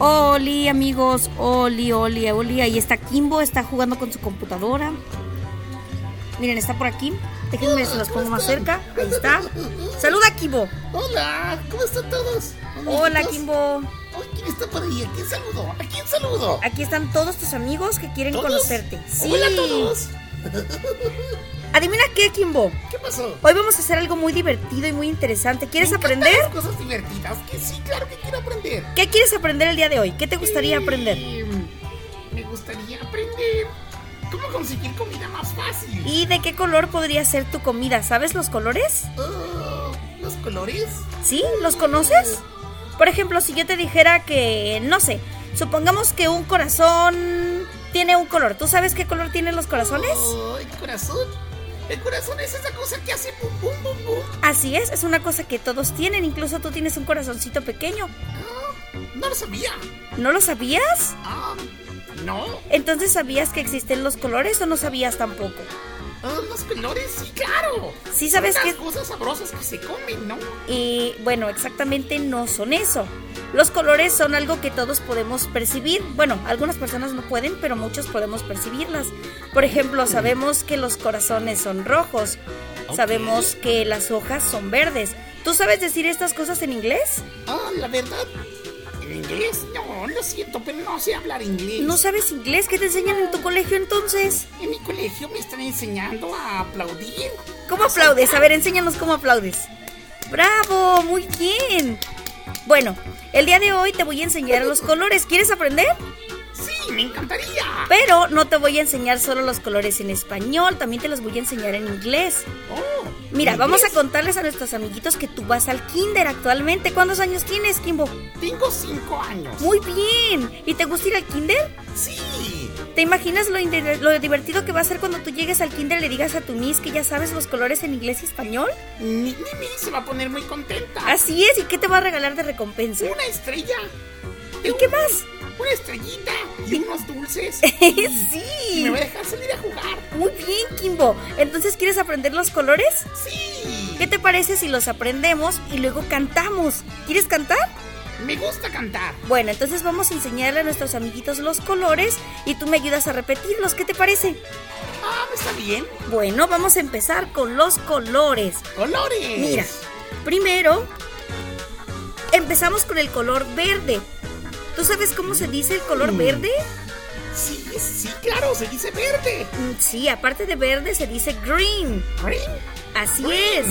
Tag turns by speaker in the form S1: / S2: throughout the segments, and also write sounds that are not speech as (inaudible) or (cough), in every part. S1: Oli, amigos. Oli, Oli, Oli. Ahí está Kimbo, está jugando con su computadora. Miren, está por aquí. Déjenme, se los pongo más cerca. Ahí está. Saluda, Kimbo.
S2: Hola, ¿cómo están todos?
S1: Hola,
S2: amiguitos?
S1: Kimbo.
S2: Ay, ¿Quién está por ahí? ¿A quién saludo? ¿A quién saludo?
S1: Aquí están todos tus amigos que quieren
S2: ¿Todos?
S1: conocerte. Sí.
S2: Hola a todos. (laughs)
S1: Adivina qué, Kimbo.
S2: ¿Qué pasó?
S1: Hoy vamos a hacer algo muy divertido y muy interesante. ¿Quieres
S2: Me encantan
S1: aprender?
S2: las cosas divertidas, que sí, claro que quiero aprender.
S1: ¿Qué quieres aprender el día de hoy? ¿Qué te gustaría aprender?
S2: Em, Me gustaría aprender cómo conseguir comida más fácil.
S1: ¿Y de qué color podría ser tu comida? ¿Sabes los colores?
S2: Ah, ¿Los colores? Oh,
S1: ¿Sí? ¿Los conoces? Por ejemplo, si yo te dijera que, no sé, supongamos que un corazón tiene un color. ¿Tú sabes qué color tienen los corazones?
S2: Oh, el corazón. El corazón es esa cosa que hace pum, pum, pum, pum.
S1: Así es, es una cosa que todos tienen, incluso tú tienes un corazoncito pequeño.
S2: No lo sabía.
S1: ¿No lo sabías?
S2: Ah, no.
S1: Entonces sabías que existen los colores o no sabías tampoco.
S2: Ah, los colores, sí, claro.
S1: Sí, ¿sabes
S2: Son
S1: qué?
S2: Las cosas sabrosas que se comen, ¿no?
S1: Y bueno, exactamente no son eso. Los colores son algo que todos podemos percibir. Bueno, algunas personas no pueden, pero muchos podemos percibirlas. Por ejemplo, sabemos que los corazones son rojos.
S2: Ok.
S1: Sabemos que las hojas son verdes. ¿Tú sabes decir estas cosas en inglés?
S2: Ah, la verdad. ¿En inglés? No, lo siento, pero no sé hablar inglés.
S1: ¿No sabes inglés? ¿Qué te enseñan en tu colegio entonces?
S2: En mi colegio me están enseñando a aplaudir.
S1: ¿Cómo aplaudes? A ver, enséñanos cómo aplaudes. ¡Bravo! ¡Muy bien! Bueno, el día de hoy te voy a enseñar los colores. ¿Quieres aprender?
S2: Sí, me encantaría.
S1: Pero no te voy a enseñar solo los colores en español, también te los voy a enseñar en inglés.
S2: Oh,
S1: Mira,
S2: ¿en
S1: vamos a
S2: inglés?
S1: contarles a nuestros amiguitos que tú vas al kinder actualmente. ¿Cuántos años tienes, Kimbo?
S2: Tengo cinco años.
S1: Muy bien. ¿Y te gusta ir al kinder?
S2: Sí.
S1: ¿Te imaginas lo, inte- lo divertido que va a ser cuando tú llegues al kinder y le digas a tu miss que ya sabes los colores en inglés y español?
S2: Mi Mimi se va a poner muy contenta.
S1: Así es, ¿y qué te va a regalar de recompensa?
S2: Una estrella.
S1: ¿Y qué más? (laughs)
S2: Una estrellita y unos dulces. Y
S1: sí.
S2: me va a dejar salir a jugar.
S1: Muy bien, Kimbo. Entonces, ¿quieres aprender los colores?
S2: Sí.
S1: ¿Qué te parece si los aprendemos y luego cantamos? ¿Quieres cantar?
S2: Me gusta cantar.
S1: Bueno, entonces vamos a enseñarle a nuestros amiguitos los colores y tú me ayudas a repetirlos. ¿Qué te parece?
S2: Ah, está bien.
S1: Bueno, vamos a empezar con los colores.
S2: Colores.
S1: Mira, primero empezamos con el color verde. ¿Tú sabes cómo se dice el color
S2: Mm.
S1: verde?
S2: Sí, sí, claro, se dice verde.
S1: Mm, Sí, aparte de verde se dice green.
S2: Green.
S1: Así
S2: Green.
S1: es.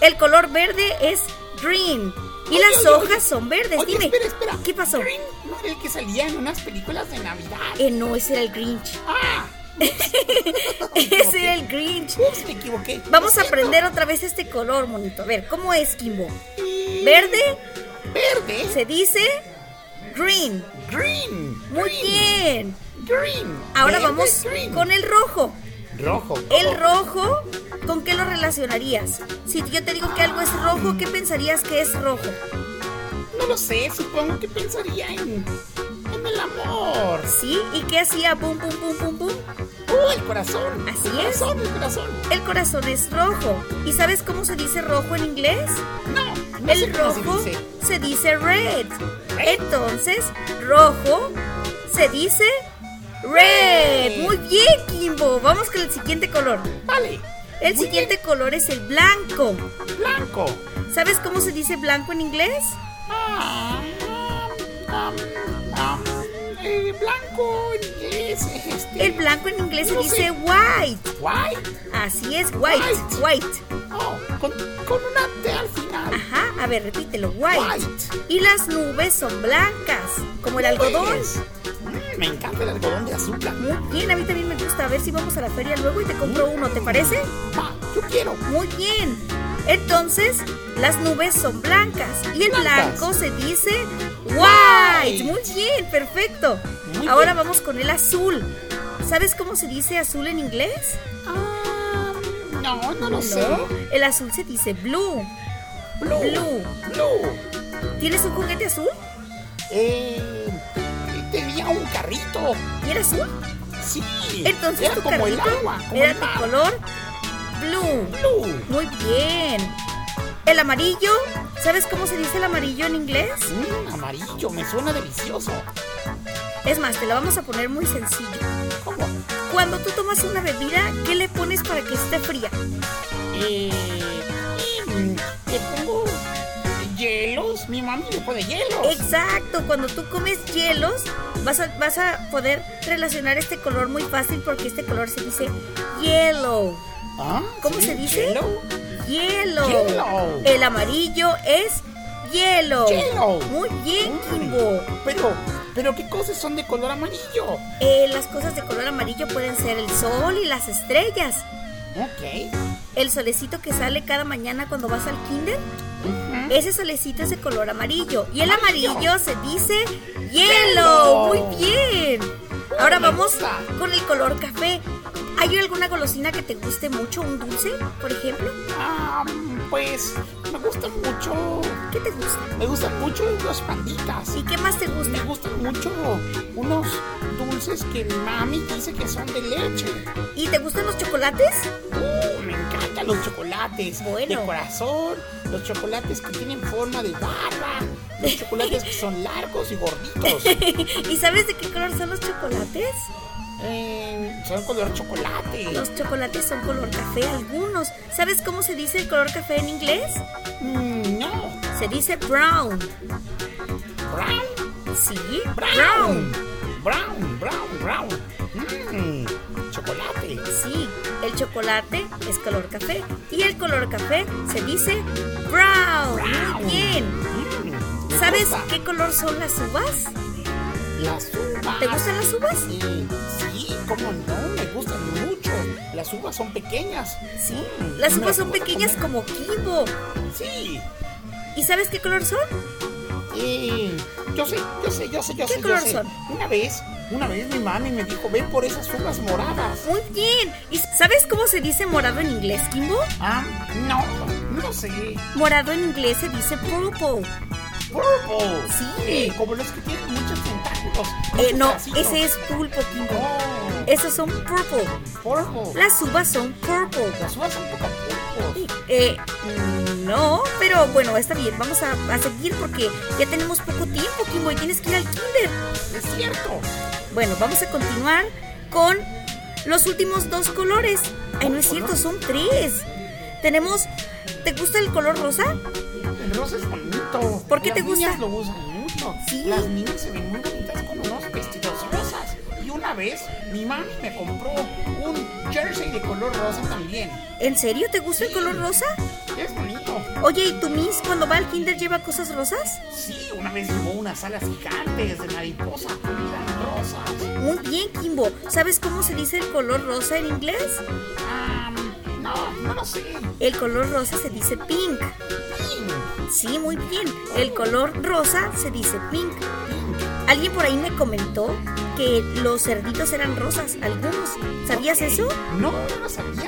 S1: El color verde es green. Y
S2: Oye,
S1: las
S2: oye,
S1: hojas
S2: oye.
S1: son verdes.
S2: Oye,
S1: Pues Dime,
S2: espera, espera.
S1: ¿qué pasó?
S2: Green, ¿no era el que salía en unas películas de Navidad?
S1: Eh, no, ese era el Grinch.
S2: Ah,
S1: (laughs) Ese era el Grinch.
S2: ups, me equivoqué.
S1: Vamos
S2: Lo
S1: a
S2: siento.
S1: aprender otra vez este color, monito. A ver, ¿cómo es Kimbo?
S2: Y-
S1: Verde
S2: Verde.
S1: se dice green.
S2: Green.
S1: Muy
S2: green,
S1: bien.
S2: Green.
S1: Ahora
S2: Verde,
S1: vamos
S2: green. Oh.
S1: con el rojo.
S2: rojo.
S1: El rojo, ¿con qué lo relacionarías? Si yo te digo que algo es rojo, ¿qué pensarías que es rojo?
S2: Oh, No lo sé, supongo que pensaría en, en el amor.
S1: ¿Sí? ¿Y qué hacía? Pum, pum, pum, pum, pum.
S2: Oh, el corazón.
S1: Así
S2: el
S1: es.
S2: corazón, el corazón.
S1: El corazón es rojo. ¿Y sabes cómo se dice rojo en inglés?
S2: No, no sé
S1: El
S2: cómo se
S1: rojo
S2: dice.
S1: se dice red. Entonces, rojo se dice red.
S2: Red.
S1: Muy bien, Kimbo. Vamos con el siguiente color.
S2: Vale.
S1: El
S2: Muy
S1: siguiente color es el blanco.
S2: bien, Blanco.
S1: ¿Sabes cómo se dice blanco en inglés?
S2: Ah, ah, ah, eh, blanco en inglés. Este,
S1: El blanco en inglés se
S2: No
S1: dice
S2: sé.
S1: white.
S2: White.
S1: Así es, white, white.
S2: Oh, con, con una T al final.
S1: Ajá, a ver, repítelo, white.
S2: White.
S1: Y las nubes son blancas, como el algodón.
S2: Pues, mm, me encanta el algodón de azúcar.
S1: Muy bien, a mí también me gusta. A ver si vamos a la feria luego y te compro uno, ¿te parece?
S2: Va, yo quiero.
S1: Muy bien. Entonces, las nubes son blancas y el
S2: Blancas.
S1: blanco se dice white.
S2: White.
S1: Muy bien, perfecto.
S2: Muy
S1: Ahora
S2: bien.
S1: vamos con el azul. ¿Sabes cómo se dice azul en inglés?
S2: Ah, no, no lo sé.
S1: No, el azul se dice blue.
S2: Blue.
S1: Blue.
S2: Blue.
S1: ¿Tienes un juguete azul?
S2: Eh, tenía un carrito.
S1: ¿Y era azul?
S2: Sí.
S1: Entonces
S2: era
S1: tu
S2: como el
S1: carrito
S2: agua. Como
S1: era
S2: el
S1: tu
S2: mar.
S1: color blue.
S2: Blue.
S1: Muy bien. El amarillo, ¿sabes cómo se dice el amarillo en inglés?
S2: Mm, amarillo, me suena delicioso.
S1: Es más, te la vamos a poner muy sencillo.
S2: ¿Cómo?
S1: Cuando tú tomas una bebida, ¿qué le pones para que esté fría?
S2: Eh, mm, le pongo hielos. Mi mami le pone hielos.
S1: Exacto, cuando tú comes hielos, vas a, vas a poder relacionar este color muy fácil porque este color se dice yellow.
S2: Ah,
S1: ¿Cómo se dice?
S2: hielo.
S1: Hielo.
S2: Yellow.
S1: El amarillo es hielo.
S2: Yellow.
S1: Muy bien,
S2: Mm.
S1: Kimbo.
S2: Pero, pero qué cosas son de color amarillo.
S1: Eh, las cosas de color amarillo pueden ser el sol y las estrellas.
S2: Ok.
S1: El solecito que sale cada mañana cuando vas al kinder,
S2: Ujú.
S1: ese solecito es de color amarillo. Y el
S2: Amarillo.
S1: amarillo se dice yellow.
S2: Yellow.
S1: Muy bien. Ahora
S2: Me
S1: vamos
S2: gusta.
S1: con el color café. ¿Hay alguna golosina que te guste mucho? ¿Un dulce, por ejemplo?
S2: Ah, mm, pues me gustan mucho.
S1: ¿Qué te gusta?
S2: Me gustan mucho las panditas.
S1: ¿Y qué más te
S2: Me
S1: gusta?
S2: gustan mucho unos dulces que mi mami dice que son de leche.
S1: ¿Y te gustan los chocolates? (laughs)
S2: Uh, me encantan los chocolates
S1: Bueno.
S2: de corazón, los chocolates que tienen forma de barba, los chocolates que son largos y gorditos.
S1: (laughs) ¿Y sabes de qué color son los chocolates?
S2: Eh, son color chocolate.
S1: Los chocolates son color café algunos. ¿Sabes cómo se dice el color café en inglés?
S2: Mm, no,
S1: Se dice brown.
S2: brown,
S1: ¿Sí?
S2: brown, brown, brown, brown. Mm, chocolate.
S1: Sí, el chocolate es color café y el color café se dice brown.
S2: Brown.
S1: Muy bien.
S2: Mm, me
S1: ¿Sabes
S2: gusta.
S1: qué color son las uvas?
S2: Las uvas.
S1: ¿Te gustan las uvas?
S2: Eh, sí, cómo no, me gustan mucho. Las uvas son pequeñas.
S1: Sí.
S2: Mm,
S1: Las
S2: me
S1: uvas son
S2: gusta
S1: pequeñas como
S2: comer.
S1: kibo.
S2: Sí.
S1: ¿Y sabes qué color son?
S2: Eh, yo sé, yo sé, yo sé, yo
S1: ¿Qué
S2: sé. yo
S1: color
S2: sé.
S1: son?
S2: Una vez, una vez mi mami me dijo, ven por esas uvas moradas.
S1: Muy bien. ¿Y sabes cómo se dice morado en inglés, Kimbo?
S2: Ah, no, no sé.
S1: Morado en inglés se dice purple.
S2: Purple.
S1: Sí.
S2: Eh, como los que tienen muchos tentáculos.
S1: Eh,
S2: muchos
S1: no,
S2: bracitos.
S1: ese es pulpo, Kimbo.
S2: Oh,
S1: Esos son purple.
S2: purple.
S1: Las uvas son purple.
S2: Las uvas son poco purple.
S1: Eh, no, pero bueno, está bien. Vamos a, a seguir porque ya tenemos poco tiempo, Kimbo, y tienes que ir al kinder.
S2: Es cierto.
S1: Bueno, vamos a continuar con los últimos dos colores. Ay, no es cierto, son tres. Tenemos... ¿Te gusta el color rosa?
S2: El rosa es bonito.
S1: ¿Por qué
S2: Las
S1: te gusta?
S2: niñas lo usan mucho.
S1: Sí.
S2: Las niñas se ven muy bonitas con unos vestidos rosas. Y una vez mi mami me compró un jersey de color rosa también.
S1: ¿En serio te gusta el color rosa?
S2: Es bonito.
S1: Oye, ¿y tu Miss cuando va al kinder lleva cosas rosas?
S2: Sí, una vez llevó unas alas gigantes de mariposa eran rosas.
S1: Muy bien, Kimbo. ¿Sabes cómo se dice el color rosa en inglés?
S2: Ah, no, no lo sé.
S1: El color rosa se dice pink.
S2: Pink,
S1: Sí, muy bien. El color rosa se dice pink.
S2: pink.
S1: Alguien por ahí me comentó que los cerditos eran rosas, algunos. ¿Sabías
S2: Ok.
S1: eso?
S2: No, no lo sabía.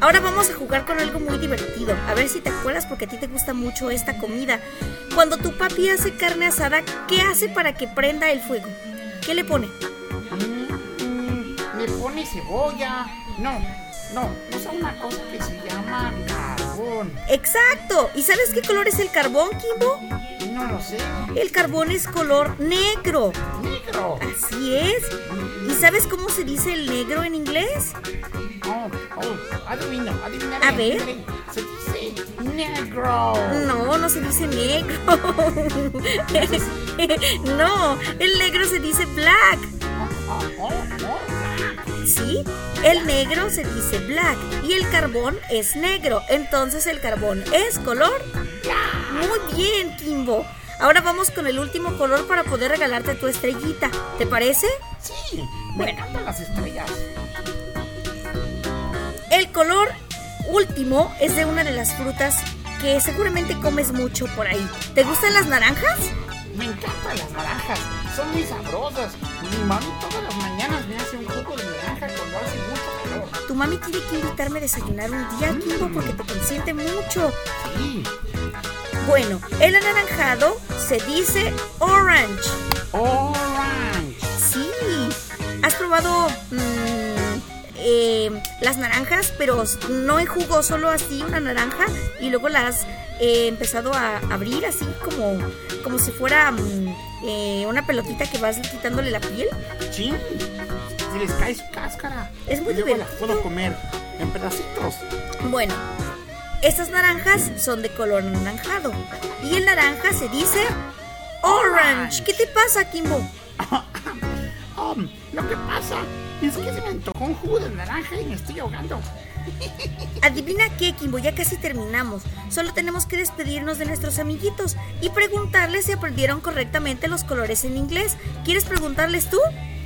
S1: Ahora vamos a jugar con algo muy divertido. A ver si te acuerdas porque a ti te gusta mucho esta comida. Cuando tu papi hace carne asada, ¿qué hace para que prenda el fuego? ¿Qué le pone?
S2: Mm, mm, Le pone cebolla. No, no, usa una cosa que se llama carbón.
S1: Exacto. ¿Y sabes qué color es el carbón, Kimbo?
S2: No lo sé.
S1: El carbón es color negro.
S2: Negro.
S1: Así es. ¿Y sabes cómo se dice el negro en inglés?
S2: Oh, oh, adivino, adivina.
S1: A ver. Mm.
S2: Se dice negro.
S1: No, no se dice negro. (laughs) no, el negro se dice black.
S2: Oh, oh, oh.
S1: ¿Sí? El negro se dice black y el carbón es negro. Entonces el carbón es color. Muy bien, Kimbo. Ahora vamos con el último color para poder regalarte tu estrellita. ¿Te parece?
S2: Sí, me
S1: Bueno.
S2: encantan las estrellas.
S1: El color último es de una de las frutas que seguramente comes mucho por ahí. ¿Te gustan las naranjas?
S2: Me encantan las naranjas, son muy sabrosas. Mi mami todas las mañanas me hace un jugo de naranja cuando hace mucho calor.
S1: Tu mami tiene que invitarme a desayunar un día, Kimbo, porque te consiente mucho.
S2: Sí.
S1: Bueno, el anaranjado se dice orange.
S2: Orange.
S1: Sí. ¿Has probado mm, eh, las naranjas, pero no en jugo, solo así una naranja y luego las he empezado a abrir así como, como si fuera mm, eh, una pelotita que vas quitándole la piel.
S2: ¡Chin! Se les cae su cáscara.
S1: Es muy
S2: Y luego las
S1: divertido.
S2: puedo comer en pedacitos.
S1: Bueno, estas naranjas son de color anaranjado y el naranja se dice orange. ¿Qué te pasa, Kimbo?
S2: Um, lo que pasa es que se me antojó un jugo de naranja y me estoy ahogando.
S1: Adivina qué, Kimbo, ya casi terminamos. Solo tenemos que despedirnos de nuestros amiguitos y preguntarles si aprendieron correctamente los colores en inglés. ¿Quieres preguntarles tú?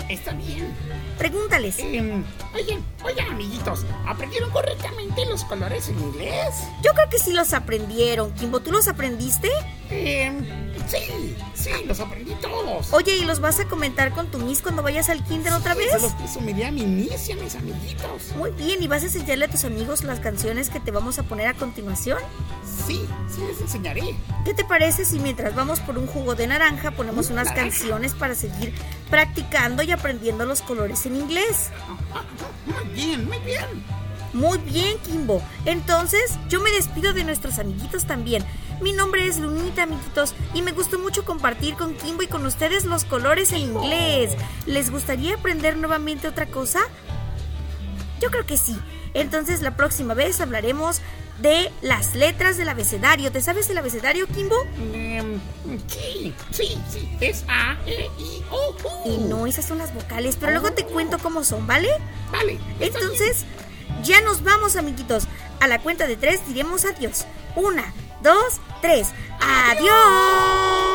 S2: Está bien.
S1: Pregúntales.
S2: Em, oigan, oigan, amiguitos, ¿aprendieron correctamente los colores en inglés?
S1: Yo creo que sí los aprendieron. Kimbo, ¿tú los aprendiste?
S2: Em, sí, sí, los aprendí todos.
S1: Oye, ¿y los vas a comentar con tu miss cuando vayas al kinder otra vez?
S2: Se los presumiré a mi miss y a mis amiguitos.
S1: Muy bien, ¿y vas a enseñarle a tus amigos las canciones que te vamos a poner a continuación?
S2: Sí, sí, les enseñaré.
S1: ¿Qué te parece si mientras vamos por un jugo de naranja ponemos unas
S2: Naranja.
S1: canciones para seguir practicando y aprendiendo los colores en inglés?
S2: Muy bien, muy bien.
S1: Muy bien, Kimbo. Entonces, yo me despido de nuestros amiguitos también. Mi nombre es Lunita, amiguitos, y me gustó mucho compartir con Kimbo y con ustedes los colores en inglés. ¿Les gustaría aprender nuevamente otra cosa? Yo creo que sí. Entonces, la próxima vez hablaremos de las letras del abecedario. ¿Te sabes el abecedario, Kimbo?
S2: Em, sí, sí, sí. Es A, E, I, O, U.
S1: Y no, esas son las vocales, pero luego te cuento cómo son, ¿vale?
S2: Vale. está bien.
S1: Entonces, ya nos vamos, amiguitos. A la cuenta de tres diremos adiós. Una, dos, tres. ¡Adiós!